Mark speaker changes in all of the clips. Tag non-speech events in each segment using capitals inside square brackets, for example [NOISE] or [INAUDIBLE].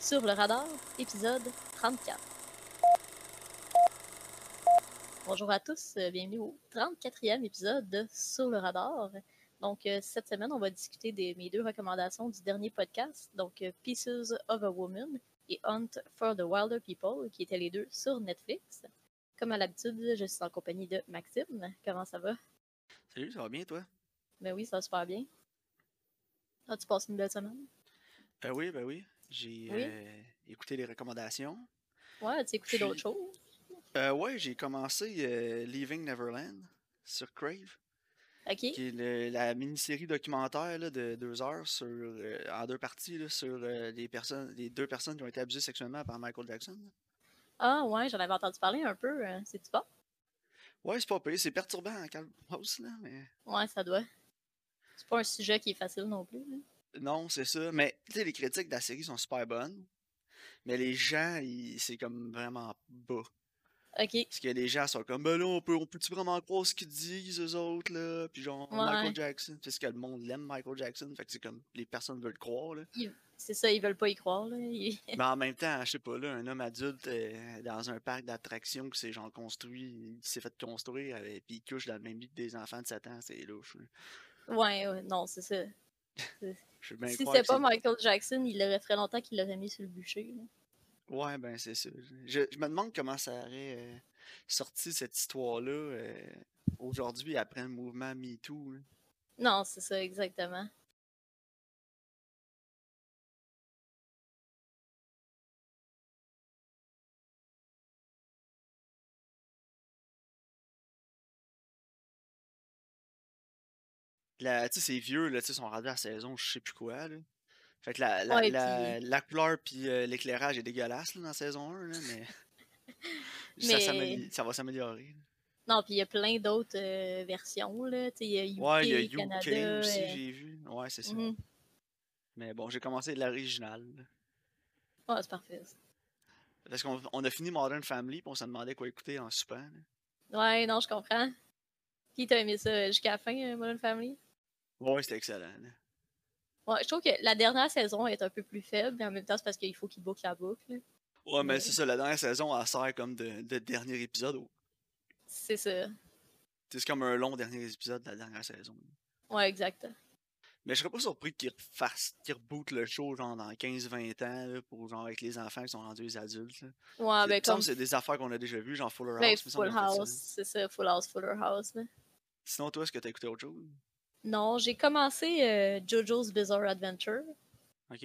Speaker 1: Sur le radar, épisode 34. Bonjour à tous, euh, bienvenue au 34e épisode de Sur le radar. Donc, euh, cette semaine, on va discuter des mes deux recommandations du dernier podcast, donc euh, Pieces of a Woman et Hunt for the Wilder People, qui étaient les deux sur Netflix. Comme à l'habitude, je suis en compagnie de Maxime. Comment ça va?
Speaker 2: Salut, ça va bien toi?
Speaker 1: Ben oui, ça va super bien. As-tu passé une belle semaine?
Speaker 2: Ben oui, ben oui. J'ai
Speaker 1: Oui.
Speaker 2: euh, écouté les recommandations.
Speaker 1: Ouais, tu écouté
Speaker 2: Puis-
Speaker 1: d'autres choses?
Speaker 2: Euh, ouais, j'ai commencé euh, Leaving Neverland sur Crave,
Speaker 1: Ok,
Speaker 2: qui est le- la mini-série documentaire là, de deux heures sur, euh, en deux parties là, sur euh, les, personnes, les deux personnes qui ont été abusées sexuellement par Michael Jackson. là.
Speaker 1: Ah ouais, j'en avais entendu parler un peu, euh, c'est-tu bon?
Speaker 2: Ouais, c'est pas payé, c'est perturbant en calme house, là, mais.
Speaker 1: Ouais, ça doit. C'est pas un sujet qui est facile non plus. là.
Speaker 2: Non, c'est ça. Mais tu sais, les critiques de la série sont super bonnes. Mais les gens, ils- c'est comme vraiment bas.
Speaker 1: Ok,
Speaker 2: Parce que les gens sont comme, ben là, on peut, on peut-tu vraiment croire ce qu'ils disent, eux autres, là? Puis genre,
Speaker 1: Ouais.
Speaker 2: Michael Jackson, c'est ce que le monde l'aime, Michael Jackson. Fait que c'est comme, les personnes veulent le croire,
Speaker 1: [LAUGHS]
Speaker 2: là.
Speaker 1: c'est ça, ils veulent pas y croire. Là. Ils-
Speaker 2: Mais en même temps, je sais pas, là, un homme adulte euh, dans un parc d'attractions qui s'est genre construit, il s'est fait construire, euh, puis il couche dans le même lit que des enfants de 7 ans, c'est louche. là.
Speaker 1: [LAUGHS] Ouais, ouais, non, c'est ça.
Speaker 2: Je suis bien
Speaker 1: si
Speaker 2: croire
Speaker 1: c'était
Speaker 2: Ben, que
Speaker 1: pas
Speaker 2: c'est-
Speaker 1: Michael Jackson, il l'aurait fait longtemps qu'il l'aurait mis sur le bûcher. là.
Speaker 2: Ouais, ben c'est ça. Je, je me demande comment ça aurait euh, sorti cette histoire-là euh, aujourd'hui après le mouvement MeToo, là.
Speaker 1: Non, c'est ça, exactement.
Speaker 2: La, tu sais, c'est vieux, là, tu sais, ils sont rendus à la saison, je sais plus quoi, là. Fait que la, la,
Speaker 1: Ouais,
Speaker 2: la, la couleur puis euh, l'éclairage est dégueulasse, là, dans saison 1, là, mais... ça, s'amélio- ça va s'améliorer. là.
Speaker 1: Non, puis il y a plein d'autres euh, versions. Là. Tu sais, Il y a UK,
Speaker 2: Ouais, il y a UK
Speaker 1: Canada.
Speaker 2: aussi,
Speaker 1: euh,
Speaker 2: j'ai vu. Ouais, c'est ça.
Speaker 1: mhm.
Speaker 2: Mais bon, j'ai commencé l'original. là.
Speaker 1: Ouais, c'est parfait. ça.
Speaker 2: Parce qu'on on a fini Modern Family, puis on se demandait quoi écouter en soupant, là.
Speaker 1: Ouais, non, je comprends. Puis t'as aimé ça jusqu'à la fin, euh, Modern Family?
Speaker 2: Ouais, c'était excellent, là.
Speaker 1: Ouais, je trouve que la dernière saison est un peu plus faible, mais en même temps, c'est parce qu'il faut qu'il boucle la boucle. là.
Speaker 2: Ouais, mais
Speaker 1: Mais-
Speaker 2: c'est ça, la dernière saison, elle sert comme de, de dernier épisode. au-
Speaker 1: C'est ça.
Speaker 2: tu sais, C'est comme un long dernier épisode de la dernière saison. là.
Speaker 1: Ouais, exact.
Speaker 2: Mais je serais pas surpris qu'ils refassent, qu'ils rebootent le show genre dans 15-20 ans là, pour genre avec les enfants qui sont rendus les adultes. là.
Speaker 1: Ouais,
Speaker 2: C'est-
Speaker 1: ben
Speaker 2: il me semble
Speaker 1: comme
Speaker 2: que c'est des affaires qu'on a déjà vues, genre Fuller House.
Speaker 1: ben,
Speaker 2: il me semble,
Speaker 1: Full
Speaker 2: ils ont fait ça, là.
Speaker 1: House, c'est ça, Full House, Fuller House. là.
Speaker 2: Sinon, toi, est-ce que t'as écouté autre chose?
Speaker 1: Non, j'ai commencé euh, JoJo's Bizarre Adventure.
Speaker 2: Ok,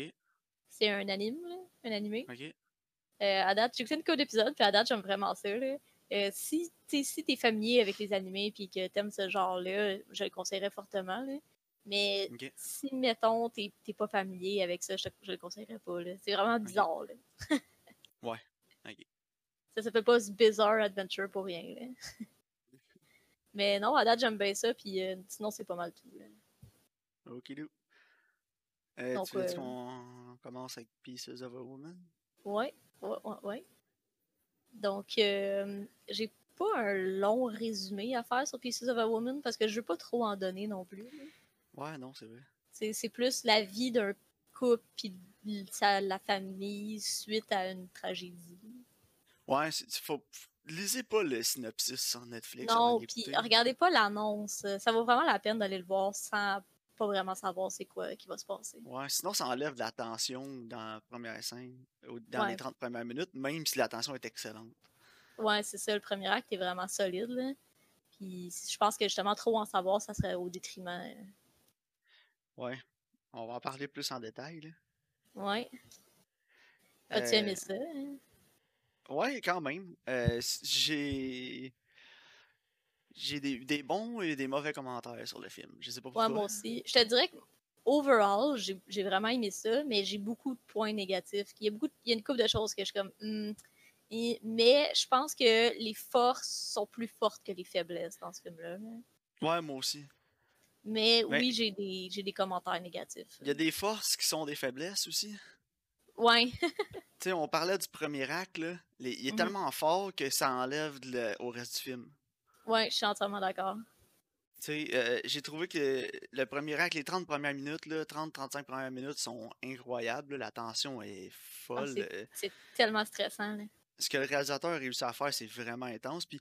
Speaker 1: C'est un anime, là, un animé.
Speaker 2: ok.
Speaker 1: Euh, à date, j'ai écouté une couple d'épisodes, puis à date, j'aime vraiment ça. Là. Euh, si t'es si t'es familier avec les animés puis que t'aimes ce genre-là, je le conseillerais fortement. là. Mais
Speaker 2: Ok.
Speaker 1: si, mettons, t'es t'es pas familier avec ça, je, te- je le conseillerais pas. là. C'est vraiment bizarre. là.
Speaker 2: Ouais, ok.
Speaker 1: Ça s'appelle pas ce Bizarre Adventure pour rien.
Speaker 2: [LAUGHS]
Speaker 1: là. Mais non, à date, j'aime bien ça, puis euh, sinon, c'est pas mal tout. là.
Speaker 2: Ok, do. Euh,
Speaker 1: Donc,
Speaker 2: tu m'as dit
Speaker 1: euh,
Speaker 2: qu'on commence avec Pieces of a Woman?
Speaker 1: Ouais, ouais, ouais, ouais. Donc, euh, j'ai pas un long résumé à faire sur Pieces of a Woman parce que je veux pas trop en donner non plus. là.
Speaker 2: Ouais, non, c'est vrai.
Speaker 1: C'est c'est plus la vie d'un couple puis l- sa- la famille suite à une tragédie.
Speaker 2: Ouais, c'est- faut... f- lisez pas le synopsis sur Netflix. avant
Speaker 1: non,
Speaker 2: de
Speaker 1: puis
Speaker 2: l'écouter.
Speaker 1: regardez pas l'annonce. Ça vaut vraiment la peine d'aller le voir sans pas vraiment savoir c'est quoi qui va se passer.
Speaker 2: Ouais, sinon ça enlève de la tension dans la première scène, ou dans
Speaker 1: Ouais.
Speaker 2: les 30 premières minutes, même si la tension est excellente.
Speaker 1: Ouais, c'est ça, le premier acte est vraiment solide. là. Puis je pense que justement, trop en savoir, ça serait au détriment. euh,
Speaker 2: Ouais. On va en parler plus en détail, là.
Speaker 1: Ouais. As-tu
Speaker 2: Euh,
Speaker 1: aimé ça? hein?
Speaker 2: Ouais, quand même. Euh, s- j'ai j'ai des, des bons et des mauvais commentaires sur le film. Je sais pas pourquoi.
Speaker 1: Ouais, moi aussi. Je te dirais que, overall, j'ai j'ai vraiment aimé ça, mais j'ai beaucoup de points négatifs. Il y a, beaucoup de- il y a une couple de choses que je suis comme. Hmm. Et- mais je pense que les forces sont plus fortes que les faiblesses dans ce film-là. là.
Speaker 2: Ouais, moi aussi.
Speaker 1: Mais
Speaker 2: Mais-
Speaker 1: oui, j'ai des, j'ai des commentaires négatifs.
Speaker 2: Il y a des forces qui sont des faiblesses aussi.
Speaker 1: Ouais, [LAUGHS]
Speaker 2: Tu sais, on parlait du premier acte, là. Les- il est
Speaker 1: Mhm.
Speaker 2: tellement fort que ça enlève de le- au reste du film.
Speaker 1: ouais, je suis entièrement d'accord.
Speaker 2: Tu Tu sais, euh, j'ai trouvé que le premier acte, les 30 premières minutes, 30-35 premières minutes sont incroyables. là. La tension est
Speaker 1: Ah,
Speaker 2: folle.
Speaker 1: c'est
Speaker 2: euh,
Speaker 1: c'est tellement stressant. Là.
Speaker 2: ce que le réalisateur a réussi à faire, c'est vraiment intense. Puis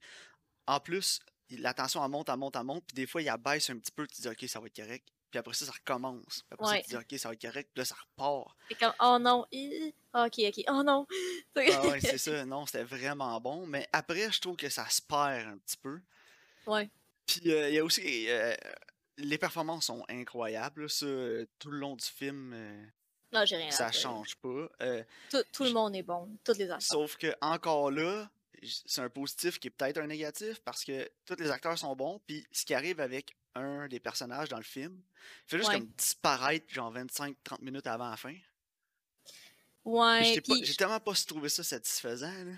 Speaker 2: en plus, il- la tension elle monte, elle monte, elle monte. Puis des fois, il abaisse un petit peu. Tu dis, OK, ça va être correct. Puis après ça, ça recommence. Puis après ça,
Speaker 1: Ouais.
Speaker 2: tu dis, OK, ça va être correct. Puis là, ça
Speaker 1: [LAUGHS]
Speaker 2: repart.
Speaker 1: C'est comme, oh non, hi, ah, ok, ok, oh non.
Speaker 2: Ah ouais, c'est ça. Non, c'était vraiment bon. Mais après, je trouve que ça se perd un petit peu.
Speaker 1: ouais,
Speaker 2: Puis euh, il y a aussi. euh, les performances sont incroyables. là. Ça, euh, tout le long du film, euh,
Speaker 1: [LAUGHS] non, j'ai rien à
Speaker 2: ça
Speaker 1: dire.
Speaker 2: change pas. Euh,
Speaker 1: Tout, tout le
Speaker 2: Je-
Speaker 1: monde est bon, toutes les actions.
Speaker 2: Sauf que encore là, j- c'est un positif qui est peut-être un négatif parce que tous les acteurs sont bons, puis ce qui arrive avec un des personnages dans le film, il fait juste
Speaker 1: Ouais.
Speaker 2: comme disparaître genre 25-30 minutes avant la fin. Puis
Speaker 1: Ouais,
Speaker 2: J'ai pas-
Speaker 1: puis
Speaker 2: j'ai tellement pas trouvé ça satisfaisant. là.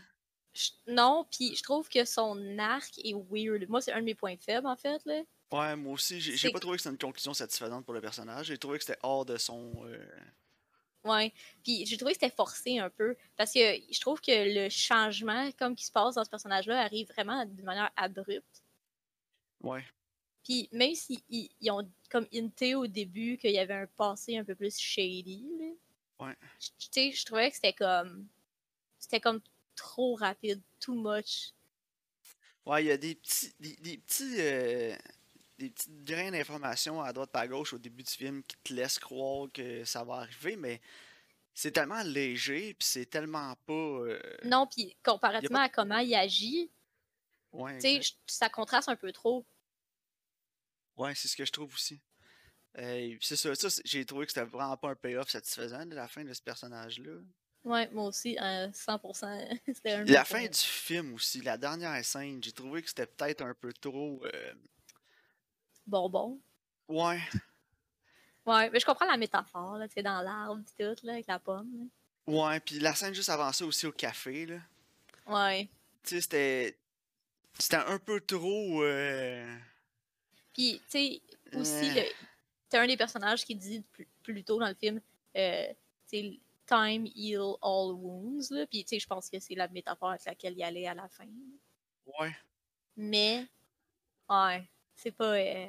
Speaker 1: je- non, puis je trouve que son arc est weird. Moi, c'est un de mes points faibles, en fait. Là.
Speaker 2: Ouais, moi aussi, j'ai j'ai
Speaker 1: C'est-
Speaker 2: pas trouvé que c'était une conclusion satisfaisante pour le personnage. J'ai trouvé que c'était hors de son. euh,
Speaker 1: Ouais. Puis j'ai trouvé que c'était forcé un peu. Parce que je trouve que le changement, comme qui se passe dans ce personnage-là, arrive vraiment d'une manière abrupte.
Speaker 2: Ouais.
Speaker 1: Puis même s'ils ils- ils ont comme hinté au début qu'il y avait un passé un peu plus shady, là,
Speaker 2: Ouais.
Speaker 1: j- tu sais, je trouvais que c'était comme. C'était comme trop rapide, too much.
Speaker 2: Ouais, il y a des petits, des, des petits, euh, des petits grains d'information à droite, à gauche au début du film qui te laissent croire que ça va arriver, mais c'est tellement léger, puis c'est tellement pas. euh,
Speaker 1: Non, puis comparativement à comment il agit,
Speaker 2: ouais,
Speaker 1: Mm. tu sais,
Speaker 2: exact.
Speaker 1: je- ça contraste un peu trop.
Speaker 2: Ouais, c'est ce que je trouve aussi. Euh, et puis c'est ça, ça, c'est- j'ai trouvé que c'était vraiment pas un payoff satisfaisant de la fin de ce personnage-là.
Speaker 1: Ouais, moi aussi, à 100%. [LAUGHS] c'était un de mes
Speaker 2: La fin
Speaker 1: points.
Speaker 2: du film aussi, la dernière scène, j'ai trouvé que c'était peut-être un peu trop. euh,
Speaker 1: bonbon.
Speaker 2: Ouais,
Speaker 1: Ouais, mais je comprends la métaphore, là, tu sais, dans l'arbre et tout, là, avec la pomme.
Speaker 2: ouais, puis la scène juste avant ça aussi au café, là.
Speaker 1: là. Ouais.
Speaker 2: tu sais, c'était. C'était un peu trop. euh,
Speaker 1: Puis, tu sais, aussi,
Speaker 2: euh,
Speaker 1: le- t'as un des personnages qui dit plus, plus tôt dans le film, euh, tu sais, Time heal all wounds, là. Puis, tu sais, je pense que c'est la métaphore avec laquelle il allait à la fin.
Speaker 2: Ouais.
Speaker 1: Mais, ouais, c'est pas. euh,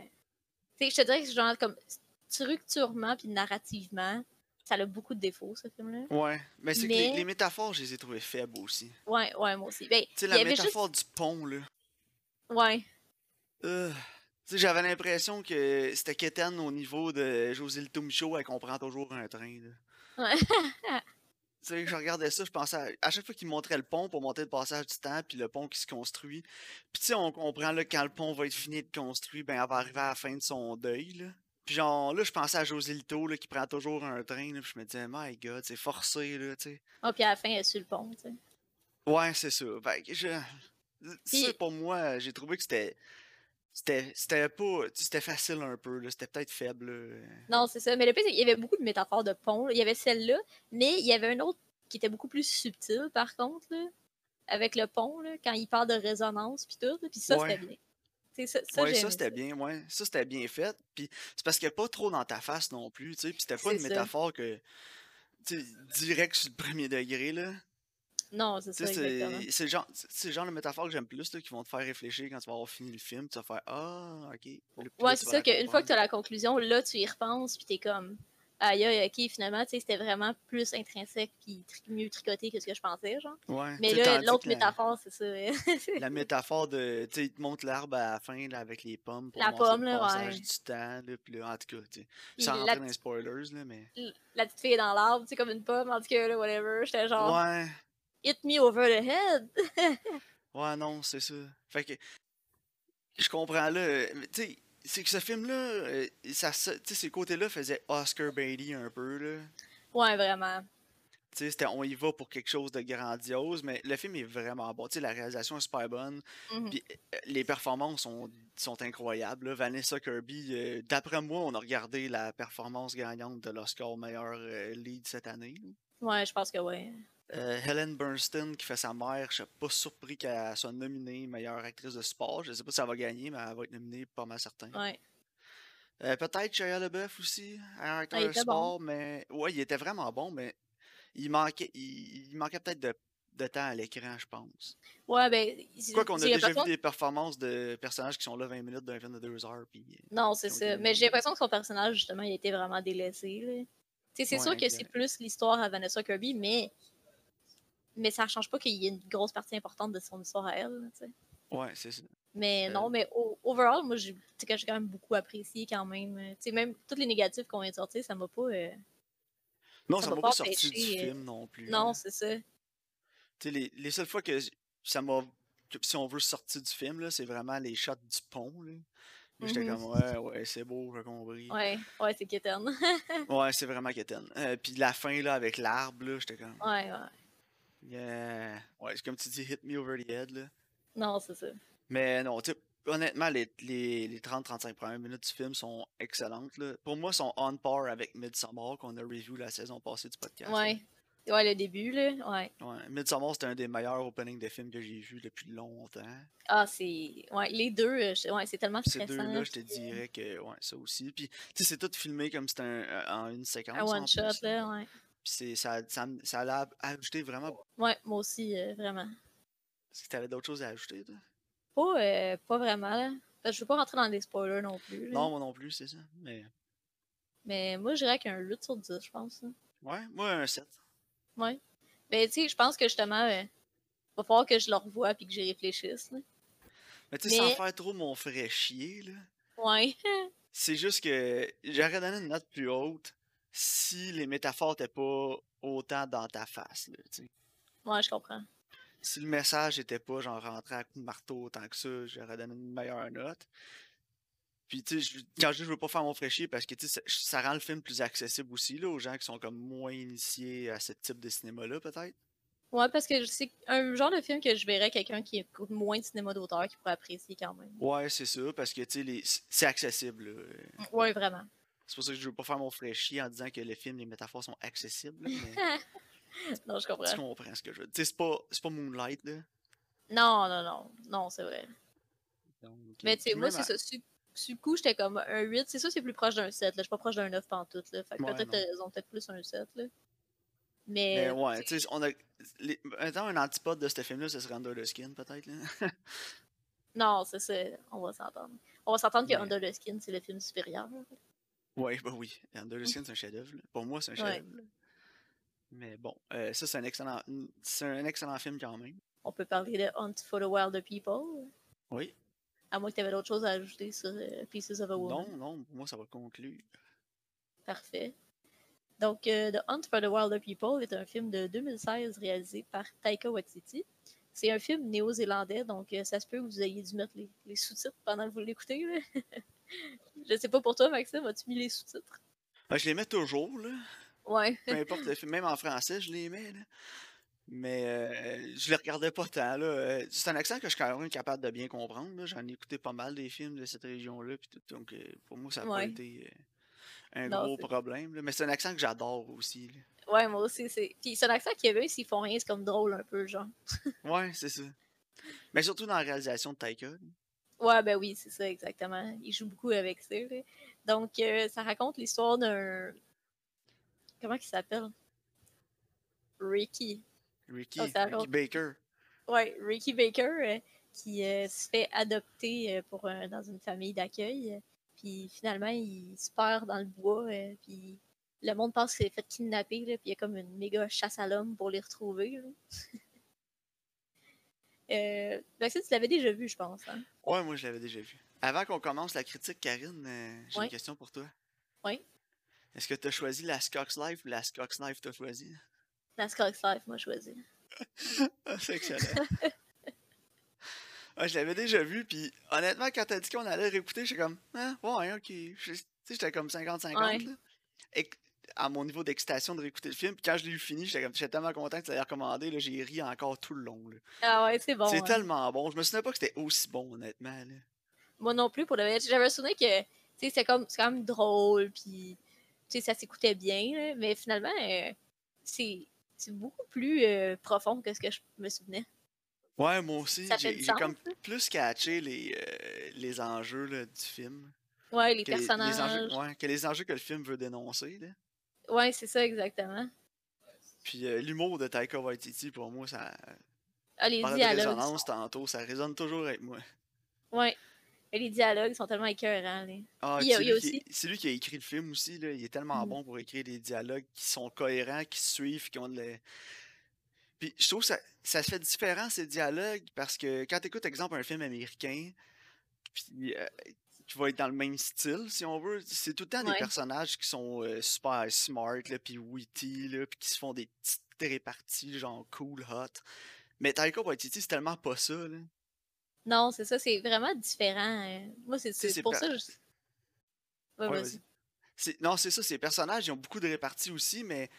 Speaker 1: Tu sais, je te dirais que, genre, comme structurement puis narrativement, ça a beaucoup de défauts, ce film-là.
Speaker 2: Ouais. Mais c'est que les,
Speaker 1: Mais-
Speaker 2: les métaphores, je les ai trouvées faibles aussi.
Speaker 1: Ouais, ouais, moi aussi. Ben,
Speaker 2: Tu sais,
Speaker 1: il
Speaker 2: la
Speaker 1: y avait juste.
Speaker 2: métaphore du pont, là.
Speaker 1: Ouais.
Speaker 2: Euh, tu sais, j'avais l'impression que c'était Keten au niveau de José Le Tumcho, elle comprend toujours un train, là.
Speaker 1: Ouais.
Speaker 2: Tu sais, je regardais ça, je pensais à, à chaque fois qu'il me montrait le pont pour monter le passage du temps, puis le pont qui se construit. Puis tu sais, on comprend là, quand le pont va être fini de construire, ben elle va arriver à la fin de son deuil, là. Puis genre, là, je pensais à José Lito, là, qui prend toujours un train, là, puis je me disais, my god, c'est forcé, là, tu sais.
Speaker 1: Ah, puis à la fin, elle est sur le pont, tu sais.
Speaker 2: Ouais, c'est ça. Fait que je... Ça,
Speaker 1: Puis-
Speaker 2: pour moi, j'ai trouvé que c'était. C'était c'était pas. tu sais, C'était facile un peu, là. C'était peut-être faible. euh. là.
Speaker 1: Non, c'est ça. Mais le pire, c'est qu'il y avait beaucoup de métaphores de pont. là. Il y avait celle-là, mais il y avait une autre qui était beaucoup plus subtile, par contre, là, avec le pont, là, quand il parle de résonance, puis tout. là, Puis ça,
Speaker 2: Ouais.
Speaker 1: c'était bien. C'est ça, ça
Speaker 2: ouais, ça
Speaker 1: j'aimais
Speaker 2: c'était
Speaker 1: ça.
Speaker 2: bien, ouais. Ça c'était bien fait. Puis c'est parce qu'il n'y a pas trop dans ta face non plus, tu sais. Puis c'était pas une
Speaker 1: C'est ça.
Speaker 2: métaphore que. Tu sais, direct sur le premier degré, là.
Speaker 1: Non, c'est
Speaker 2: Tu
Speaker 1: ça,
Speaker 2: sais,
Speaker 1: exactement.
Speaker 2: c'est- c'est le genre, c'est le genre de métaphore que j'aime plus, là, qui vont te faire réfléchir quand tu vas avoir fini le film. Tu vas faire Ah, ok. Puis là,
Speaker 1: Ouais,
Speaker 2: tu
Speaker 1: c'est
Speaker 2: vas
Speaker 1: ça
Speaker 2: la
Speaker 1: qu'une fois que tu as
Speaker 2: comprendre.
Speaker 1: la conclusion, là, tu y repenses, puis t'es comme, aïe, aïe, ok, finalement, tu sais, c'était vraiment plus intrinsèque, puis tri- mieux tricoté que ce que je pensais,
Speaker 2: [LAUGHS]
Speaker 1: genre.
Speaker 2: Ouais, tu
Speaker 1: Mais
Speaker 2: sais,
Speaker 1: là,
Speaker 2: tandis
Speaker 1: l'autre
Speaker 2: que la-
Speaker 1: métaphore, c'est ça. hein.
Speaker 2: la métaphore de, tu sais, il te montre l'arbre à la fin, là, avec les pommes pour
Speaker 1: La
Speaker 2: montrer
Speaker 1: pomme,
Speaker 2: le
Speaker 1: là,
Speaker 2: passage
Speaker 1: ouais.
Speaker 2: du temps, là, puis là, en tout cas, tu sais,
Speaker 1: Puis
Speaker 2: sans
Speaker 1: la
Speaker 2: rentrer dans les spoilers, là, mais...
Speaker 1: la petite fille est dans l'arbre, tu sais, comme une pomme, en tout cas, là, whatever. J'étais genre,
Speaker 2: Ouais,
Speaker 1: hit me over the head.
Speaker 2: ouais, non, c'est ça. Fait que, je comprends, là, euh, mais tu sais, c'est que ce film-là, euh, ça, se- tu sais, ces côtés-là faisaient Oscar Bailey un peu, là.
Speaker 1: Ouais, vraiment.
Speaker 2: Tu sais, c'était on y va pour quelque chose de grandiose, mais le film est vraiment bon. Tu sais, la réalisation est super bonne.
Speaker 1: Mhm.
Speaker 2: Puis euh, les performances sont, sont incroyables. là. Vanessa Kirby, euh, d'après moi, on a regardé la performance gagnante de l'Oscar au meilleur euh, lead cette année. là.
Speaker 1: Ouais, je pense que ouais.
Speaker 2: Euh, Helen Bernstein, qui fait sa mère, je suis pas surpris qu'elle soit nominée meilleure actrice de sport. Je sais pas si elle va gagner, mais elle va être nominée pas mal certain.
Speaker 1: Ouais.
Speaker 2: Euh, Peut-être Shia LaBeouf aussi, un acteur
Speaker 1: il
Speaker 2: de
Speaker 1: était bon.
Speaker 2: sport, mais ouais, il était vraiment bon, mais il manquait, il, il manquait peut-être de, de temps à l'écran, je pense.
Speaker 1: Ouais, ben.
Speaker 2: Quoi qu'on a
Speaker 1: j'ai
Speaker 2: déjà vu
Speaker 1: l'impression-
Speaker 2: des performances de personnages qui sont là 20 minutes d'un film de 2 heures. Puis, euh,
Speaker 1: Non, c'est
Speaker 2: qui ont
Speaker 1: ça.
Speaker 2: été-
Speaker 1: Mais j'ai l'impression que son personnage, justement, il a été vraiment délaissé. là. Tu sais, c'est sûr
Speaker 2: Ouais,
Speaker 1: que
Speaker 2: exact.
Speaker 1: c'est plus l'histoire à Vanessa Kirby, mais. Mais ça change pas qu'il y ait une grosse partie importante de son histoire à elle. là, tu sais.
Speaker 2: Ouais, c'est ça.
Speaker 1: Mais
Speaker 2: Euh.
Speaker 1: non, mais au- overall, moi, j'ai tu sais, que j'ai quand même beaucoup apprécié quand même. euh, Tu sais, même tous les négatifs qu'on vient de sortir, ça m'a pas. euh,
Speaker 2: Non,
Speaker 1: Ça
Speaker 2: ça
Speaker 1: m'a
Speaker 2: m'a
Speaker 1: pas
Speaker 2: pas sorti du
Speaker 1: empêché, euh,
Speaker 2: film non plus.
Speaker 1: Non,
Speaker 2: là.
Speaker 1: c'est ça.
Speaker 2: Tu sais, les, les seules fois que j- ça m'a. que- Si on veut sortir du film, là, c'est vraiment les shots du pont. Là. Là, J'étais
Speaker 1: Mhm.
Speaker 2: comme, ouais, ouais, c'est beau, j'ai compris. Ouais,
Speaker 1: Ouais, ouais, c'est quétaine. [LAUGHS]
Speaker 2: c'est vraiment quétaine. Euh, puis la fin, là, avec l'arbre, là, j'étais comme,
Speaker 1: ouais, ouais.
Speaker 2: yeah. Ouais, c'est comme tu dis, hit me over the head, là.
Speaker 1: Non, c'est ça.
Speaker 2: Mais non, tu sais, honnêtement, les, les, les 30-35 premières minutes du film sont excellentes, là. Pour moi, sont on par avec Midsommar, qu'on a review la saison passée du podcast. là.
Speaker 1: Ouais. Ouais, le début, là. Ouais.
Speaker 2: Ouais, Midsommar, c'était un des meilleurs openings de films que j'ai vu depuis longtemps.
Speaker 1: Ah, c'est. Ouais, les deux, euh, je- ouais, c'est tellement
Speaker 2: Ces
Speaker 1: stressant.
Speaker 2: deux-là, je te
Speaker 1: puis, euh,
Speaker 2: dirais que ouais, ça aussi. Puis, tu sais, c'est tout filmé comme c'était un- en une séquence.
Speaker 1: Un
Speaker 2: en
Speaker 1: one shot,
Speaker 2: plus,
Speaker 1: là, ouais.
Speaker 2: Puis c'est- ça, ça, me- ça l'a ajouté vraiment.
Speaker 1: Ouais, moi aussi, euh, vraiment.
Speaker 2: Est-ce que t'avais d'autres choses à ajouter, toi?
Speaker 1: Pas, euh, pas vraiment, là. Parce que je veux pas rentrer dans les spoilers non plus. là.
Speaker 2: Non, moi non plus, c'est ça. Mais
Speaker 1: Mais moi, je dirais qu'un 8 sur 10, je pense. là.
Speaker 2: ouais, moi un 7.
Speaker 1: Ouais. Mais tu sais, je pense que justement, euh, va falloir que je le revoie puis que j'y réfléchisse. là.
Speaker 2: Mais tu sais, sans
Speaker 1: Mais-
Speaker 2: faire trop mon frais chier, là.
Speaker 1: Ouais. [LAUGHS]
Speaker 2: C'est juste que j'aurais donné une note plus haute si les métaphores n'étaient pas autant dans ta face, là, tu sais.
Speaker 1: Ouais, je comprends.
Speaker 2: Si le message n'était pas genre rentrer à coups de marteau autant que ça, j'aurais donné une meilleure note. Puis tu sais, je- quand je dis je veux pas faire mon fraîchier parce que tu sais, ça, ça rend le film plus accessible aussi là, aux gens qui sont comme moins initiés à ce type de cinéma-là, peut-être.
Speaker 1: Ouais, parce que c'est un genre de film que je verrais quelqu'un qui écoute moins de cinéma d'auteur qui pourrait apprécier quand même.
Speaker 2: Ouais, c'est ça, parce que tu sais, les- c- c'est accessible. là.
Speaker 1: Ouais, vraiment.
Speaker 2: C'est pour ça que je veux pas faire mon fraîchier en disant que le film, les métaphores sont accessibles. là,
Speaker 1: [LAUGHS]
Speaker 2: mais
Speaker 1: Non, je
Speaker 2: tu
Speaker 1: comprends.
Speaker 2: comprends ce que je veux dire. Tu sais, c'est pas, c'est pas Moonlight, là.
Speaker 1: Non, non, non. Non, c'est vrai.
Speaker 2: Donc, euh,
Speaker 1: Mais tu sais,
Speaker 2: puis
Speaker 1: moi,
Speaker 2: même
Speaker 1: c'est ça.
Speaker 2: à-
Speaker 1: Sur sur le coup, j'étais comme un 8. C'est sûr, c'est plus proche d'un 7. Là. Je suis pas proche d'un 9 pantoute. Là. Fait que
Speaker 2: Ouais,
Speaker 1: peut-être
Speaker 2: non.
Speaker 1: t'as raison, peut-être plus un 7. Là. Mais,
Speaker 2: Mais ouais, tu sais, on a. les- Mettons, un antipode de ce film-là, ce serait Under the Skin, peut-être, là.
Speaker 1: non, c'est ça. On va s'entendre. On va s'entendre
Speaker 2: Mais-
Speaker 1: que Under the Skin, c'est le film supérieur.
Speaker 2: Ouais, bah oui. Under the
Speaker 1: [LAUGHS]
Speaker 2: Skin, c'est un chef-d'œuvre. là. Pour moi, c'est un chef-d'œuvre. là. Mais bon, euh, ça, c'est un excellent une- c'est un excellent film quand même.
Speaker 1: On peut parler de Hunt for the Wilder People.
Speaker 2: Oui.
Speaker 1: À moins que t'avais d'autres choses à ajouter sur euh, Pieces of a Woman.
Speaker 2: Non, non, pour moi, ça va conclure.
Speaker 1: Parfait. Donc, euh, The Hunt for the Wilder People est un film de 2016 réalisé par Taika Waititi. C'est un film néo-zélandais, donc euh, ça se peut que vous ayez dû mettre les, les sous-titres pendant que vous l'écoutez. là. [LAUGHS] je sais pas pour toi, Maxime, as-tu mis les sous-titres?
Speaker 2: Ben, je les mets toujours,
Speaker 1: [LAUGHS]
Speaker 2: là.
Speaker 1: Ouais.
Speaker 2: Peu importe le film. Même en français, je les mets, là. Mais euh, je les regardais pas tant, là. Euh, C'est un accent que je suis quand même capable de bien comprendre. là. J'en ai écouté pas mal des films de cette région-là. puis tout. Donc, euh, pour moi, ça n'a pas
Speaker 1: Ouais.
Speaker 2: été euh, un
Speaker 1: Non,
Speaker 2: gros
Speaker 1: c'est-
Speaker 2: problème. là. Mais c'est un accent que j'adore aussi. là.
Speaker 1: Ouais, moi aussi. c'est- Puis c'est un accent qu'il y avait, s'ils font rien, c'est comme drôle un peu, genre.
Speaker 2: Ouais, c'est ça. Mais surtout dans la réalisation de Taika. là.
Speaker 1: Ouais, ben oui, c'est ça, exactement. Il joue beaucoup avec ça. là. Donc, euh, ça raconte l'histoire d'un. Comment il s'appelle? Ricky.
Speaker 2: Ricky,
Speaker 1: Ah, c'est la
Speaker 2: Ricky
Speaker 1: l'autre.
Speaker 2: Baker.
Speaker 1: Ouais, Ricky Baker euh, qui euh, se fait adopter euh, pour un- dans une famille d'accueil. euh, Puis finalement, il se perd dans le bois. euh, puis le monde pense qu'il s'est fait kidnapper. Là, puis il y a comme une méga chasse à l'homme pour les retrouver. là. [LAUGHS] Euh, Maxime, tu l'avais déjà vu, je pense. hein?
Speaker 2: Ouais, moi je l'avais déjà vu. Avant qu'on commence la critique, Karine, euh, j'ai
Speaker 1: Ouais.
Speaker 2: une question pour toi.
Speaker 1: Ouais.
Speaker 2: Est-ce que tu as choisi la Scox Life ou la Scox Life t'as choisi?
Speaker 1: La Scox Life, moi, choisi.
Speaker 2: Ah, C'est excellent. [LAUGHS] ouais, je l'avais déjà vu, puis honnêtement, quand t'as dit qu'on allait réécouter, j'étais comme, ah, ouais, ok. Je- Tu sais, j'étais comme 50-50,
Speaker 1: Ouais.
Speaker 2: là. Et à mon niveau d'excitation de réécouter le film, puis quand je l'ai eu fini, j'étais comme, j'étais tellement content que tu l'avais recommandé, là, j'ai ri encore tout le long, là.
Speaker 1: Ah ouais, c'est bon.
Speaker 2: c'est
Speaker 1: hein.
Speaker 2: tellement bon. Je me souvenais pas que c'était aussi bon, honnêtement, là.
Speaker 1: Moi non plus, pour le vrai. J'avais le souvenir que tu sais, c'est comme c'est quand même drôle, puis tu sais, ça s'écoutait bien, là, mais finalement, euh, c'est c'est beaucoup plus euh, profond que ce que je me souvenais.
Speaker 2: Ouais, moi aussi,
Speaker 1: Ça fait
Speaker 2: j'ai
Speaker 1: du
Speaker 2: j'ai
Speaker 1: sens, hein?
Speaker 2: comme plus catché les, euh, les enjeux là, du film.
Speaker 1: Ouais, les
Speaker 2: Que les- les enjeux-
Speaker 1: personnages.
Speaker 2: ouais, que les enjeux que le film veut dénoncer. Là.
Speaker 1: Ouais, c'est ça, exactement.
Speaker 2: Puis euh, l'humour de Taika Waititi, pour moi, ça.
Speaker 1: Ah, les
Speaker 2: Parlant de
Speaker 1: dialogues.
Speaker 2: résonance tantôt, ça résonne toujours avec moi.
Speaker 1: Ouais. Et les dialogues sont tellement écœurants. là.
Speaker 2: Ah,
Speaker 1: Il y a-
Speaker 2: c'est
Speaker 1: il y a
Speaker 2: lui qui- c'est lui qui a écrit le film aussi, là. Il est tellement
Speaker 1: Mhm.
Speaker 2: bon pour écrire des dialogues qui sont cohérents, qui suivent, qui ont de la- Puis je trouve que ça, ça se fait différent, ces dialogues, parce que quand t'écoutes, exemple, un film américain, puis, euh, qui va être dans le même style, si on veut, c'est tout le temps
Speaker 1: Ouais.
Speaker 2: des personnages qui sont euh, super smart, là, puis witty, là, puis qui se font des petites réparties, genre cool, hot. Mais Taika Waititi, c'est tellement pas ça, là.
Speaker 1: Non, c'est ça, c'est vraiment différent. hein. Moi, c'est
Speaker 2: sais,
Speaker 1: c'est
Speaker 2: c'est
Speaker 1: pour
Speaker 2: pas-
Speaker 1: ça. que je- Ouais,
Speaker 2: Ouais,
Speaker 1: vas-y.
Speaker 2: vas-y. C'est- Non, c'est ça, ces personnages, ils ont beaucoup de réparties aussi, mais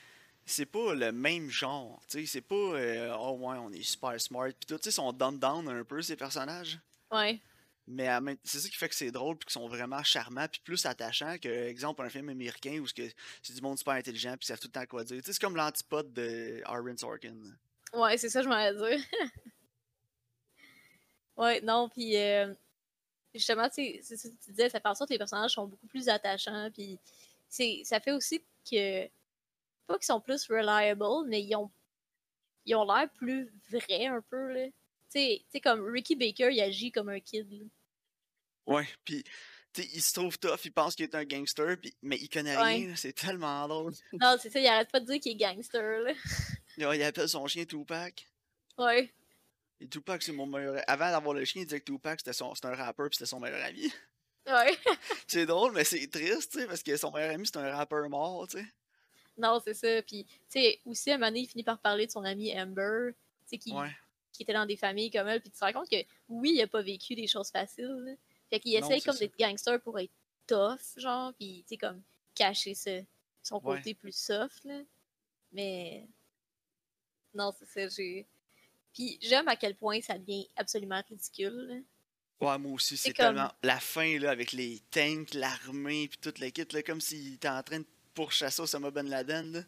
Speaker 2: c'est pas le même genre. tu sais, C'est pas, euh, oh ouais, on est super smart. Puis tout, tu sais, ils sont down-down un peu, ces personnages.
Speaker 1: Ouais.
Speaker 2: Mais en même- c'est ça qui fait que c'est drôle, puis qu'ils sont vraiment charmants, puis plus attachants que, exemple, un film américain où ce que c'est du monde super intelligent, puis ils savent tout le temps quoi dire. Tu sais, C'est comme l'antipode de Aaron Sorkin.
Speaker 1: Ouais, c'est ça que je m'en allais dire. [LAUGHS] ouais, non, puis euh, justement, tu sais, c'est ça que tu disais, ça fait en sorte que les personnages sont beaucoup plus attachants, puis c'est- ça fait aussi que, pas qu'ils sont plus reliable, mais ils ont ils ont l'air plus vrais un peu, là. Tu sais, tu sais, comme Ricky Baker, il agit comme un kid, là.
Speaker 2: Ouais, puis tu sais, il se trouve tough, il pense qu'il est un gangster, puis... mais il connaît
Speaker 1: Ouais.
Speaker 2: rien. là, C'est tellement drôle.
Speaker 1: Non, c'est ça, il arrête pas de dire qu'il est gangster, là. [LAUGHS]
Speaker 2: Là, il appelle son chien Tupac.
Speaker 1: Ouais.
Speaker 2: Et Tupac, c'est mon meilleur. Avant d'avoir le chien, il disait que Tupac, c'était son... c'était un rappeur, puis c'était son meilleur ami. [LAUGHS]
Speaker 1: Ouais.
Speaker 2: C'est drôle, mais c'est triste, tu sais, parce que son meilleur ami, c'est un rappeur mort, tu sais.
Speaker 1: Non, c'est ça. Puis, tu sais, aussi, à un moment donné, il finit par parler de son ami Amber, tu sais, qui,
Speaker 2: Ouais.
Speaker 1: qui était dans des familles comme elle. Puis, tu te rends compte que, oui, il a pas vécu des choses faciles. là. Fait qu'il
Speaker 2: Non,
Speaker 1: essaye
Speaker 2: c'est
Speaker 1: comme
Speaker 2: ça.
Speaker 1: d'être gangster pour être tough, genre, puis, tu sais, comme cacher ce- son
Speaker 2: Ouais.
Speaker 1: côté plus soft, là. Mais, non, c'est ça, j'ai. Puis, j'aime à quel point ça devient absolument ridicule. là.
Speaker 2: Ouais, moi aussi, c'est
Speaker 1: comme-
Speaker 2: tellement. La fin, là, avec les tanks, l'armée, puis toute l'équipe, là, comme s'il était en train de pourchasser Osama Ben Laden, là.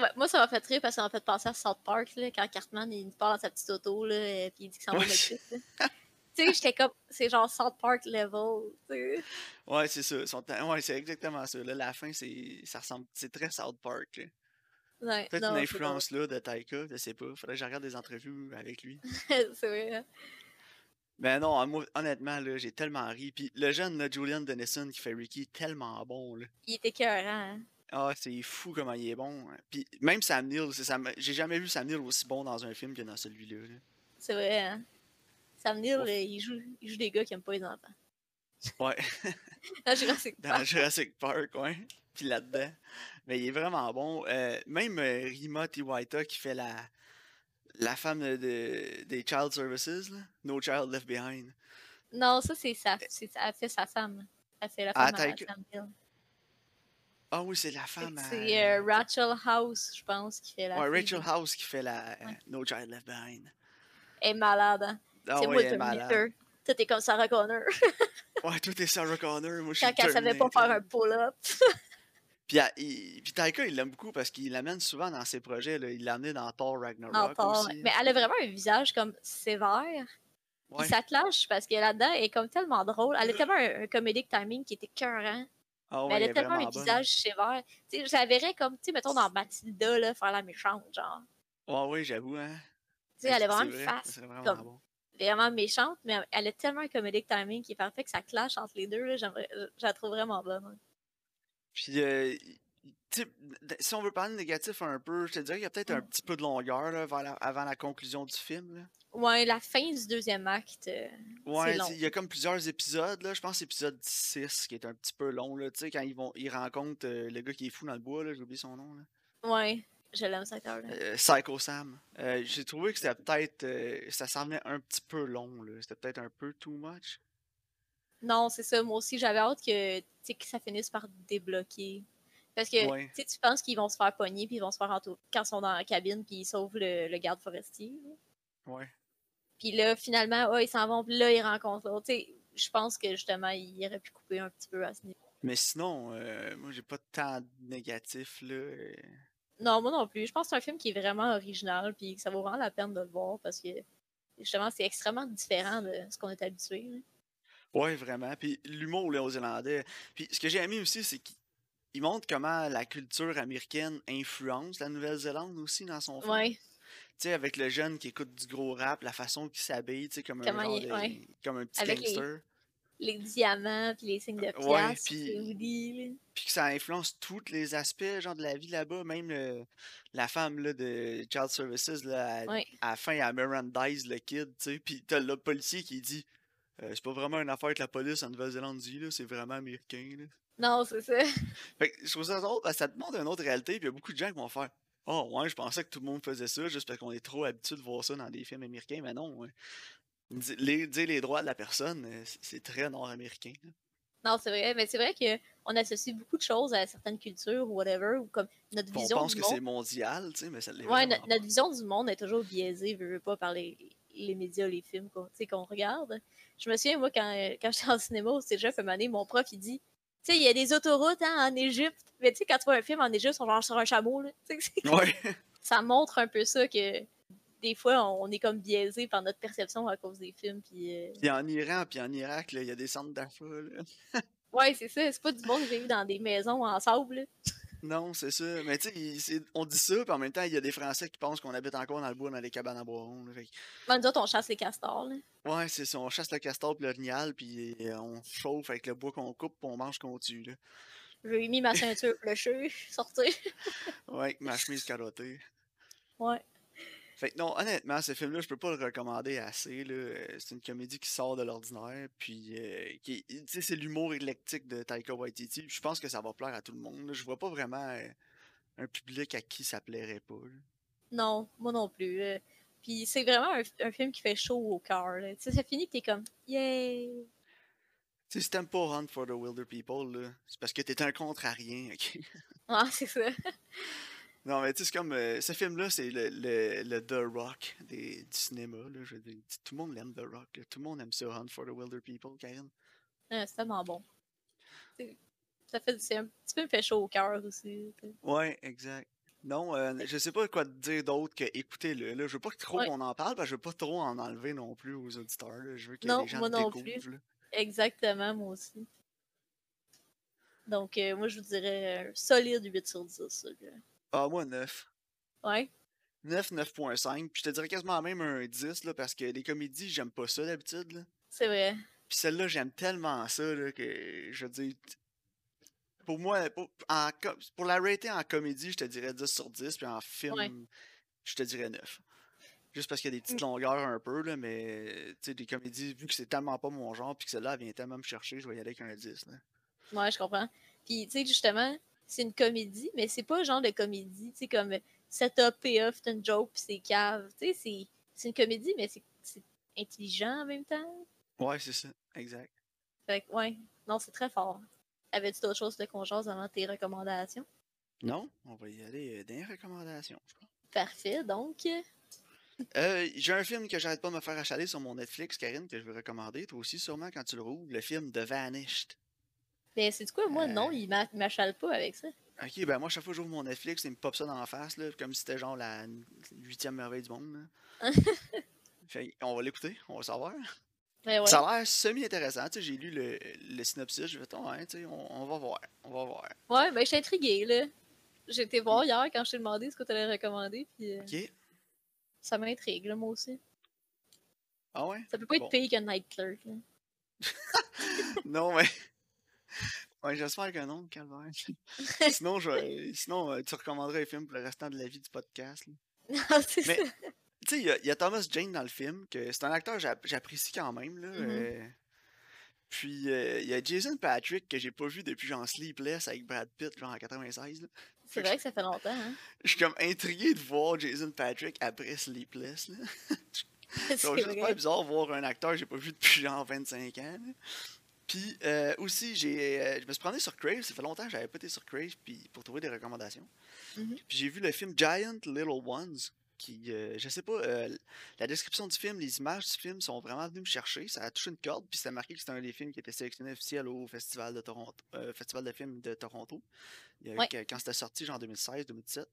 Speaker 1: Ouais, moi, ça m'a fait rire parce que ça m'a fait penser à South Park, là, quand Cartman il part dans sa petite auto, là, et puis il dit qu'il s'en va au
Speaker 2: Ouais.
Speaker 1: Mexique. là.
Speaker 2: [LAUGHS]
Speaker 1: tu sais, j'étais comme, c'est genre South Park level. tu sais.
Speaker 2: Ouais, c'est ça. ils sont en- Ouais, c'est exactement ça. Là, la fin, c'est. Ça ressemble. C'est très South Park, là.
Speaker 1: Ouais,
Speaker 2: Peut-être
Speaker 1: non,
Speaker 2: une
Speaker 1: c'est
Speaker 2: influence, là, de Taika, je sais pas. Faudrait que je regarde des entrevues avec lui.
Speaker 1: drôle. c'est vrai. [LAUGHS] hein.
Speaker 2: Mais Ben non, moi, honnêtement, là, j'ai tellement ri. Puis le jeune, là, Julian Dennison, qui fait Ricky, est tellement bon, là.
Speaker 1: Il était écœurant. hein.
Speaker 2: Ah, c'est fou comment il est bon. hein. Puis même Sam Neill, c'est Sam- j'ai jamais vu Sam Neill aussi bon dans un film que dans celui-là. là.
Speaker 1: C'est vrai. Hein. Sam Neill,
Speaker 2: Ouf.
Speaker 1: euh, il, joue, il joue des gars qui aiment pas les enfants. [LAUGHS]
Speaker 2: Ouais,
Speaker 1: Là, j'ai c'est
Speaker 2: [LAUGHS]
Speaker 1: Ah, [LAUGHS]
Speaker 2: dans Jurassic Park, ouais. Puis là-dedans. Mais il est vraiment bon. Euh, même euh, Rima Tiwaita qui fait la, la femme de, de- des Child Services, là. No Child Left Behind.
Speaker 1: Non, ça, c'est ça. C'est, elle fait sa femme. Elle fait la
Speaker 2: Ah,
Speaker 1: femme à,
Speaker 2: t'as-
Speaker 1: Sam Neill.
Speaker 2: Ah oui, c'est la
Speaker 1: Fait
Speaker 2: femme.
Speaker 1: que
Speaker 2: à-
Speaker 1: C'est euh, Rachel House, je pense, qui fait la
Speaker 2: ouais,
Speaker 1: fille.
Speaker 2: Rachel House qui fait la euh, No Child Left Behind.
Speaker 1: Elle est malade. Hein.
Speaker 2: Ah
Speaker 1: c'est
Speaker 2: ouais,
Speaker 1: moi,
Speaker 2: elle est malade.
Speaker 1: Terminator. Toi, t'es comme Sarah Connor. [LAUGHS]
Speaker 2: Ouais, tout est Sarah Connor. Moi, je suis
Speaker 1: quand elle savait pas
Speaker 2: Terminator.
Speaker 1: faire un
Speaker 2: [LAUGHS]
Speaker 1: pull-up.
Speaker 2: Puis, à- il- puis Taika, il l'aime beaucoup parce qu'il l'amène souvent dans ses projets. Là. Il l'a amené dans Thor Ragnarok
Speaker 1: en part.
Speaker 2: aussi.
Speaker 1: Mais elle a vraiment un visage comme sévère.
Speaker 2: Ouais. Mm.
Speaker 1: Puis ça te lâche parce que là-dedans, elle est comme tellement drôle. Elle a tellement un, un comedic timing qui était écœurant.
Speaker 2: Ah
Speaker 1: mais
Speaker 2: ouais,
Speaker 1: elle
Speaker 2: il
Speaker 1: a
Speaker 2: est
Speaker 1: tellement un
Speaker 2: vraiment bonne.
Speaker 1: visage sévère. Tu sais, je la verrais comme, tu sais, mettons dans Matilda, là, faire la méchante, genre.
Speaker 2: Ouais, ouais, j'avoue. Hein.
Speaker 1: Tu sais, elle
Speaker 2: C'est
Speaker 1: a vraiment
Speaker 2: vrai,
Speaker 1: une
Speaker 2: ça
Speaker 1: face
Speaker 2: serait vraiment
Speaker 1: comme-
Speaker 2: bon.
Speaker 1: vraiment méchante, mais elle a tellement un comedic timing qui est parfait que ça clash entre les deux. Là, j'aimerais- euh, je la trouve vraiment bonne. hein.
Speaker 2: Puis, euh, tu sais, d- si on veut parler négatif un peu, je te dirais qu'il y a peut-être
Speaker 1: Mm.
Speaker 2: un petit peu de longueur là, vers la- avant la conclusion du film. là.
Speaker 1: Ouais, la fin du deuxième acte. euh,
Speaker 2: Ouais,
Speaker 1: long.
Speaker 2: tu sais, il y a comme plusieurs épisodes. Là. Je pense que c'est épisode 6 qui est un petit peu long. Là. Tu sais, quand ils, vont, ils rencontrent euh, le gars qui est fou dans le bois, là, j'ai oublié son nom. là.
Speaker 1: Ouais, je l'aime, cet acteur-là.
Speaker 2: Euh, Psycho Sam. Euh, J'ai trouvé que c'était peut-être. euh, ça semblait un petit peu long, là. C'était peut-être un peu too much.
Speaker 1: Non, c'est ça. Moi aussi, j'avais hâte que, tu sais, que ça finisse par débloquer. Parce que
Speaker 2: Ouais.
Speaker 1: tu sais, tu penses qu'ils vont se faire pogner, puis ils vont se faire entourer quand ils sont dans la cabine, puis ils sauvent le, le garde forestier. là.
Speaker 2: Ouais.
Speaker 1: Puis là, finalement, ah, ils s'en vont, puis là, ils rencontrent l'autre. Tu sais, Je pense que justement, ils auraient pu couper un petit peu à ce niveau.
Speaker 2: Mais sinon, euh, moi, j'ai pas tant de négatif, là. euh.
Speaker 1: Non, moi non plus. Je pense que c'est un film qui est vraiment original, puis que ça vaut vraiment la peine de le voir, parce que justement, c'est extrêmement différent de ce qu'on est habitué. là.
Speaker 2: Ouais, vraiment. Puis l'humour néo-zélandais. Puis ce que j'ai aimé aussi, c'est qu'il il montre comment la culture américaine influence la Nouvelle-Zélande aussi dans son film.
Speaker 1: Ouais.
Speaker 2: Tu sais, avec le jeune qui écoute du gros rap, la façon qu'il s'habille, tu sais, comme, un
Speaker 1: Comment
Speaker 2: genre
Speaker 1: il-
Speaker 2: de-
Speaker 1: ouais.
Speaker 2: comme un petit
Speaker 1: Avec les-
Speaker 2: gangster.
Speaker 1: Les diamants, puis les signes de
Speaker 2: Ouais,
Speaker 1: piastres,
Speaker 2: puis-
Speaker 1: les hoodies, là.
Speaker 2: Puis que ça influence tous les aspects genre, de la vie là-bas. Même le- la femme là, de Child Services, là, elle-
Speaker 1: Ouais.
Speaker 2: à la fin, elle Mirandaise le kid, tu sais. Puis t'as le policier qui dit Euh, C'est pas vraiment une affaire avec la police en Nouvelle-Zélande, dit, là, c'est vraiment américain. Là.
Speaker 1: Non, c'est ça.
Speaker 2: Fait que je trouve ça drôle parce que ça demande une autre réalité. Puis il y a beaucoup de gens qui vont faire Oh, ouais, je pensais que tout le monde faisait ça juste parce qu'on est trop habitué de voir ça dans des films américains. Mais non. hein. Di- les- Dire les droits de la personne, euh, c'est- c'est très nord-américain. là.
Speaker 1: Non, c'est vrai. Mais c'est vrai qu'on associe beaucoup de choses à certaines cultures ou whatever, ou comme notre
Speaker 2: On
Speaker 1: vision
Speaker 2: pense
Speaker 1: du
Speaker 2: que
Speaker 1: monde.
Speaker 2: c'est mondial, tu sais, mais ça l'est
Speaker 1: Ouais,
Speaker 2: vraiment
Speaker 1: no- notre vision du monde est toujours biaisée, veux, veux pas, par les, les médias, les films qu'on tu sais, qu'on regarde. Je me souviens, moi, quand, euh, quand [LAUGHS] j'étais en cinéma au cégep, une année, mon prof, il dit Tu sais, il y a des autoroutes hein, en Égypte. Mais tu sais, quand tu vois un film en Égypte, ils sont genre sur un chameau. Là. Tu sais, c'est-
Speaker 2: Ouais.
Speaker 1: ça montre un peu ça que des fois, on est comme biaisé par notre perception à cause des films. Puis, euh,
Speaker 2: Puis en Iran, puis en Irak, là, il y a des centres d'achat. là. [LAUGHS]
Speaker 1: Ouais, c'est ça. C'est pas du monde que j'ai vu dans des maisons en sable. là.
Speaker 2: Non, c'est ça. Mais tu sais, il- c'est- on dit ça, puis en même temps, il y a des Français qui pensent qu'on habite encore dans le bois, dans les cabanes à bois rond. là. Fait que-
Speaker 1: Ben, nous autres, on chasse les castors. Là.
Speaker 2: Ouais, c'est ça. On chasse le castor puis le rignal, puis euh, on chauffe avec le bois qu'on coupe, puis on mange ce qu'on tue. Là.
Speaker 1: J'ai mis ma ceinture clocheux, sortir.
Speaker 2: Ouais, avec ma chemise carottée.
Speaker 1: Ouais.
Speaker 2: Fait que non, honnêtement, ce film-là, je peux pas le recommander assez. là. Euh, C'est une comédie qui sort de l'ordinaire, puis euh, qui, tu sais, c'est l'humour éclectique de Taika Waititi. puis Je pense que ça va plaire à tout le monde. là. Je vois pas vraiment euh, un public à qui ça plairait pas. là.
Speaker 1: Non, moi non plus. euh. Puis c'est vraiment un, un film qui fait chaud au cœur. là. Tu sais, ça finit que t'es comme Yay!
Speaker 2: Tu sais, si t'aimes pas Hunt for the Wilder People, là, c'est parce que t'es un contre à rien, [LAUGHS] ok?
Speaker 1: Ah, [LAUGHS] c'est ça.
Speaker 2: Non, mais tu sais, c'est comme. euh, ce film-là, c'est le, le, le The Rock des- du cinéma, là. Je veux dire, tout le monde l'aime, The Rock. là. Tout le monde aime ça, Hunt for the Wilder People, Karine.
Speaker 1: Ah, c'est tellement bon. C'est- Ça fait c'est un petit peu me fait chaud au cœur aussi. tu sais.
Speaker 2: Ouais, exact. Non, euh, je sais pas quoi te dire d'autre que écoutez-le. Là, je veux pas que trop
Speaker 1: Ouais.
Speaker 2: qu'on en parle, parce que je veux pas trop en enlever non plus aux auditeurs. là. Je veux que
Speaker 1: Non,
Speaker 2: les gens
Speaker 1: moi
Speaker 2: le
Speaker 1: non
Speaker 2: découvrent. là.
Speaker 1: Exactement, moi aussi. Donc, euh, moi, je vous dirais un solide 8 sur 10, celui-là.
Speaker 2: Ah, moi, 9.
Speaker 1: Ouais.
Speaker 2: 9, 9.5. Puis je te dirais quasiment même un 10, là, parce que les comédies, j'aime pas ça d'habitude. là.
Speaker 1: C'est vrai.
Speaker 2: Puis celle-là, j'aime tellement ça là, que je dis. Pour moi, pour, en co- pour la rater en comédie, je te dirais 10 sur 10, puis en film,
Speaker 1: Ouais.
Speaker 2: je te dirais 9. Juste parce qu'il y a des petites longueurs un peu, là, mais tu sais, des comédies, vu que c'est tellement pas mon genre, puis que celle-là elle vient tellement me chercher, je vais y aller avec un 10. là.
Speaker 1: Ouais, je comprends. Puis, tu sais, justement, c'est une comédie, mais c'est pas le genre de comédie, tu sais, comme setup, payoff, c'est une joke, puis c'est cave. Tu sais, c'est- c'est une comédie, mais c'est- c'est intelligent en même temps.
Speaker 2: Ouais, c'est ça, exact.
Speaker 1: Fait que, ouais, non, c'est très fort. Avais-tu d'autres choses de qu'on jase avant tes recommandations?
Speaker 2: Non, on va y aller euh, des recommandations, je pense.
Speaker 1: Parfait, donc.
Speaker 2: Euh, J'ai un film que j'arrête pas de me faire achaler sur mon Netflix, Karine, que je vais recommander, toi aussi, sûrement quand tu le roules, le film The Vanished.
Speaker 1: Mais c'est quoi, moi, non,
Speaker 2: Euh.
Speaker 1: il m'a- m'achale pas avec ça.
Speaker 2: Ok, ben moi, chaque fois que j'ouvre mon Netflix, il me pop ça dans la face, là, comme si c'était genre la huitième merveille du monde. là. fait, on va l'écouter, on va savoir.
Speaker 1: Mais ouais,
Speaker 2: Ça a l'air semi-intéressant, tu sais, j'ai lu le, le synopsis, je vais dire, ouais, tu sais, on, on va voir, on va voir.
Speaker 1: ouais, ben, je suis intriguée, là. J'ai été voir hier quand je t'ai demandé ce que t'allais recommander, puis euh,
Speaker 2: Ok,
Speaker 1: ça m'intrigue, là, moi aussi.
Speaker 2: ah ouais?
Speaker 1: Ça peut pas être
Speaker 2: Bon.
Speaker 1: pire qu'un Night Clerk,
Speaker 2: [LAUGHS]
Speaker 1: là.
Speaker 2: Non, mais... [LAUGHS] Ouais, j'espère que non, Calvaire. sinon, je, vais- sinon, euh, tu recommanderais les films pour le restant de la vie du podcast, là.
Speaker 1: Non, c'est
Speaker 2: Mais-
Speaker 1: ça.
Speaker 2: Tu sais, il y a- il y, a Thomas Jane dans le film, que c'est un acteur que j'a- j'apprécie quand même. Là,
Speaker 1: Mhm.
Speaker 2: euh, Puis euh, il y a Jason Patrick que j'ai pas vu depuis genre Sleepless avec Brad Pitt, genre en 96. là.
Speaker 1: C'est vrai que ça fait longtemps,
Speaker 2: [LAUGHS]
Speaker 1: hein?
Speaker 2: Je suis comme intrigué de voir Jason Patrick après Sleepless. là.
Speaker 1: [LAUGHS] C'est
Speaker 2: Donc, C'est pas
Speaker 1: vrai.
Speaker 2: bizarre de voir un acteur que j'ai pas vu depuis genre 25 ans. là. Puis euh, aussi, j'ai, euh, je me suis promené sur Crave, ça fait longtemps que j'avais pas été sur Crave puis, pour trouver des recommandations.
Speaker 1: Mhm.
Speaker 2: Puis j'ai vu le film Giant Little Ones, qui, euh, je sais pas, euh, la description du film, les images du film sont vraiment venues me chercher, ça a touché une corde, puis c'était marqué que c'était un des films qui était sélectionné officiel au Festival de Toronto, euh, Festival de films de Toronto, Il y a-
Speaker 1: Ouais.
Speaker 2: que- quand c'était sorti genre 2016-2017.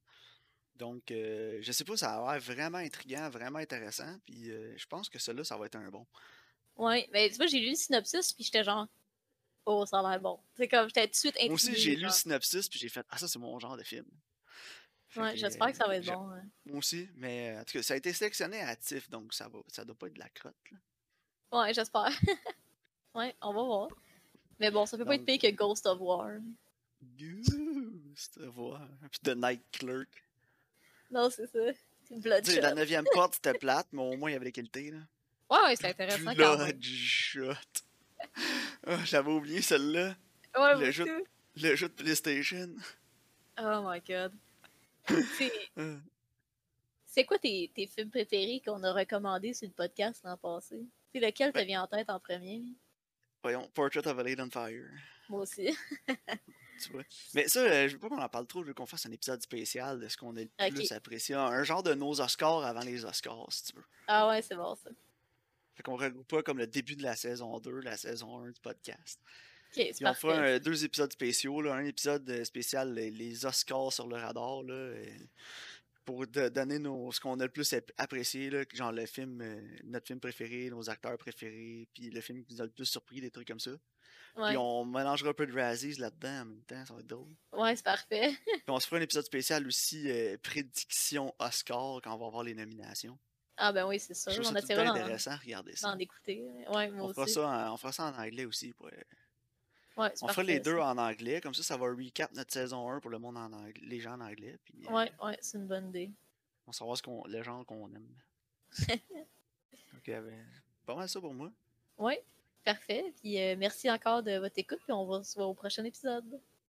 Speaker 2: Donc, euh, je sais pas, ça a l'air vraiment intriguant, vraiment intéressant, puis euh, je pense que celui-là, ça va être un bon.
Speaker 1: Ouais, mais tu vois, j'ai lu le synopsis, puis j'étais genre, oh, ça a l'air bon. C'est comme, j'étais tout de suite intriguée.
Speaker 2: Moi aussi, j'ai lu le
Speaker 1: genre.
Speaker 2: synopsis, puis j'ai fait, ah, ça, c'est mon genre de film. Fait
Speaker 1: Ouais, j'espère que ça va être
Speaker 2: j'a-
Speaker 1: bon. hein.
Speaker 2: Moi aussi, mais euh, en tout cas, ça a été sélectionné à TIFF, donc ça va, ça doit pas être de la crotte. là.
Speaker 1: Ouais, j'espère. [LAUGHS] ouais, on va voir. Mais bon, ça peut pas être
Speaker 2: Donc,
Speaker 1: pire que Ghost of War.
Speaker 2: Ghost of War. Puis The Night Clerk.
Speaker 1: Non, c'est ça.
Speaker 2: Tu sais, la
Speaker 1: Bloodshot. [LAUGHS]
Speaker 2: neuvième porte, c'était plate, mais au moins, il y avait des qualités. Là.
Speaker 1: Ouais, ouais, c'est intéressant quand même.
Speaker 2: Bloodshot. Ah, J'avais oublié celle-là.
Speaker 1: Ouais,
Speaker 2: le jeu-
Speaker 1: beaucoup.
Speaker 2: Le jeu de PlayStation.
Speaker 1: Oh my god. C'est-
Speaker 2: [LAUGHS] Euh,
Speaker 1: c'est quoi tes, tes films préférés qu'on a recommandés sur le podcast l'an passé? C'est lequel te
Speaker 2: Ben-
Speaker 1: vient en tête en premier?
Speaker 2: Voyons, Portrait of a Lady on Fire.
Speaker 1: Moi aussi. [LAUGHS]
Speaker 2: Tu vois. Mais ça, euh, je veux pas qu'on en parle trop, je veux qu'on fasse un épisode spécial de ce qu'on a le
Speaker 1: Ok.
Speaker 2: plus apprécié. Un un genre de nos Oscars avant les Oscars, si tu veux.
Speaker 1: Ah ouais, c'est bon ça.
Speaker 2: Fait qu'on regroupe pas comme le début de la saison 2, la saison 1 du podcast.
Speaker 1: Ok, c'est
Speaker 2: Puis on fera
Speaker 1: parfait.
Speaker 2: un- deux épisodes spéciaux, là, un épisode euh, spécial les, les Oscars sur le radar, là, euh, pour de- donner nos, ce qu'on a le plus ap- apprécié, là, que genre le film, euh, notre film préféré, nos acteurs préférés, puis le film qui nous a le plus surpris, des trucs comme ça.
Speaker 1: Ouais,
Speaker 2: Puis on mélangera un peu de Razzies là-dedans en même temps, ça va être drôle.
Speaker 1: ouais c'est parfait.
Speaker 2: Puis on se fera un épisode spécial aussi, euh, prédiction Oscar, quand on va voir les nominations.
Speaker 1: Ah ben oui, c'est sûr.
Speaker 2: Je trouve
Speaker 1: On
Speaker 2: ça
Speaker 1: a
Speaker 2: tout le temps
Speaker 1: tiré
Speaker 2: intéressant, regardez ça.
Speaker 1: d'en écouter. Ouais, moi
Speaker 2: On fera
Speaker 1: aussi.
Speaker 2: ça, en, on fera ça en anglais aussi. Pour, euh,
Speaker 1: Ouais, c'est
Speaker 2: on fera les
Speaker 1: parfait,
Speaker 2: deux
Speaker 1: ça.
Speaker 2: en anglais, comme ça, ça va recap notre saison 1 pour le monde en anglais, les gens en anglais. Puis, euh,
Speaker 1: Ouais, ouais, c'est une bonne idée.
Speaker 2: On saura ce qu'on, le genre qu'on
Speaker 1: [LAUGHS]
Speaker 2: aime. ok, ben, pas mal ça pour moi.
Speaker 1: Ouais, parfait. Puis euh, merci encore de votre écoute, puis on va se voir au prochain épisode.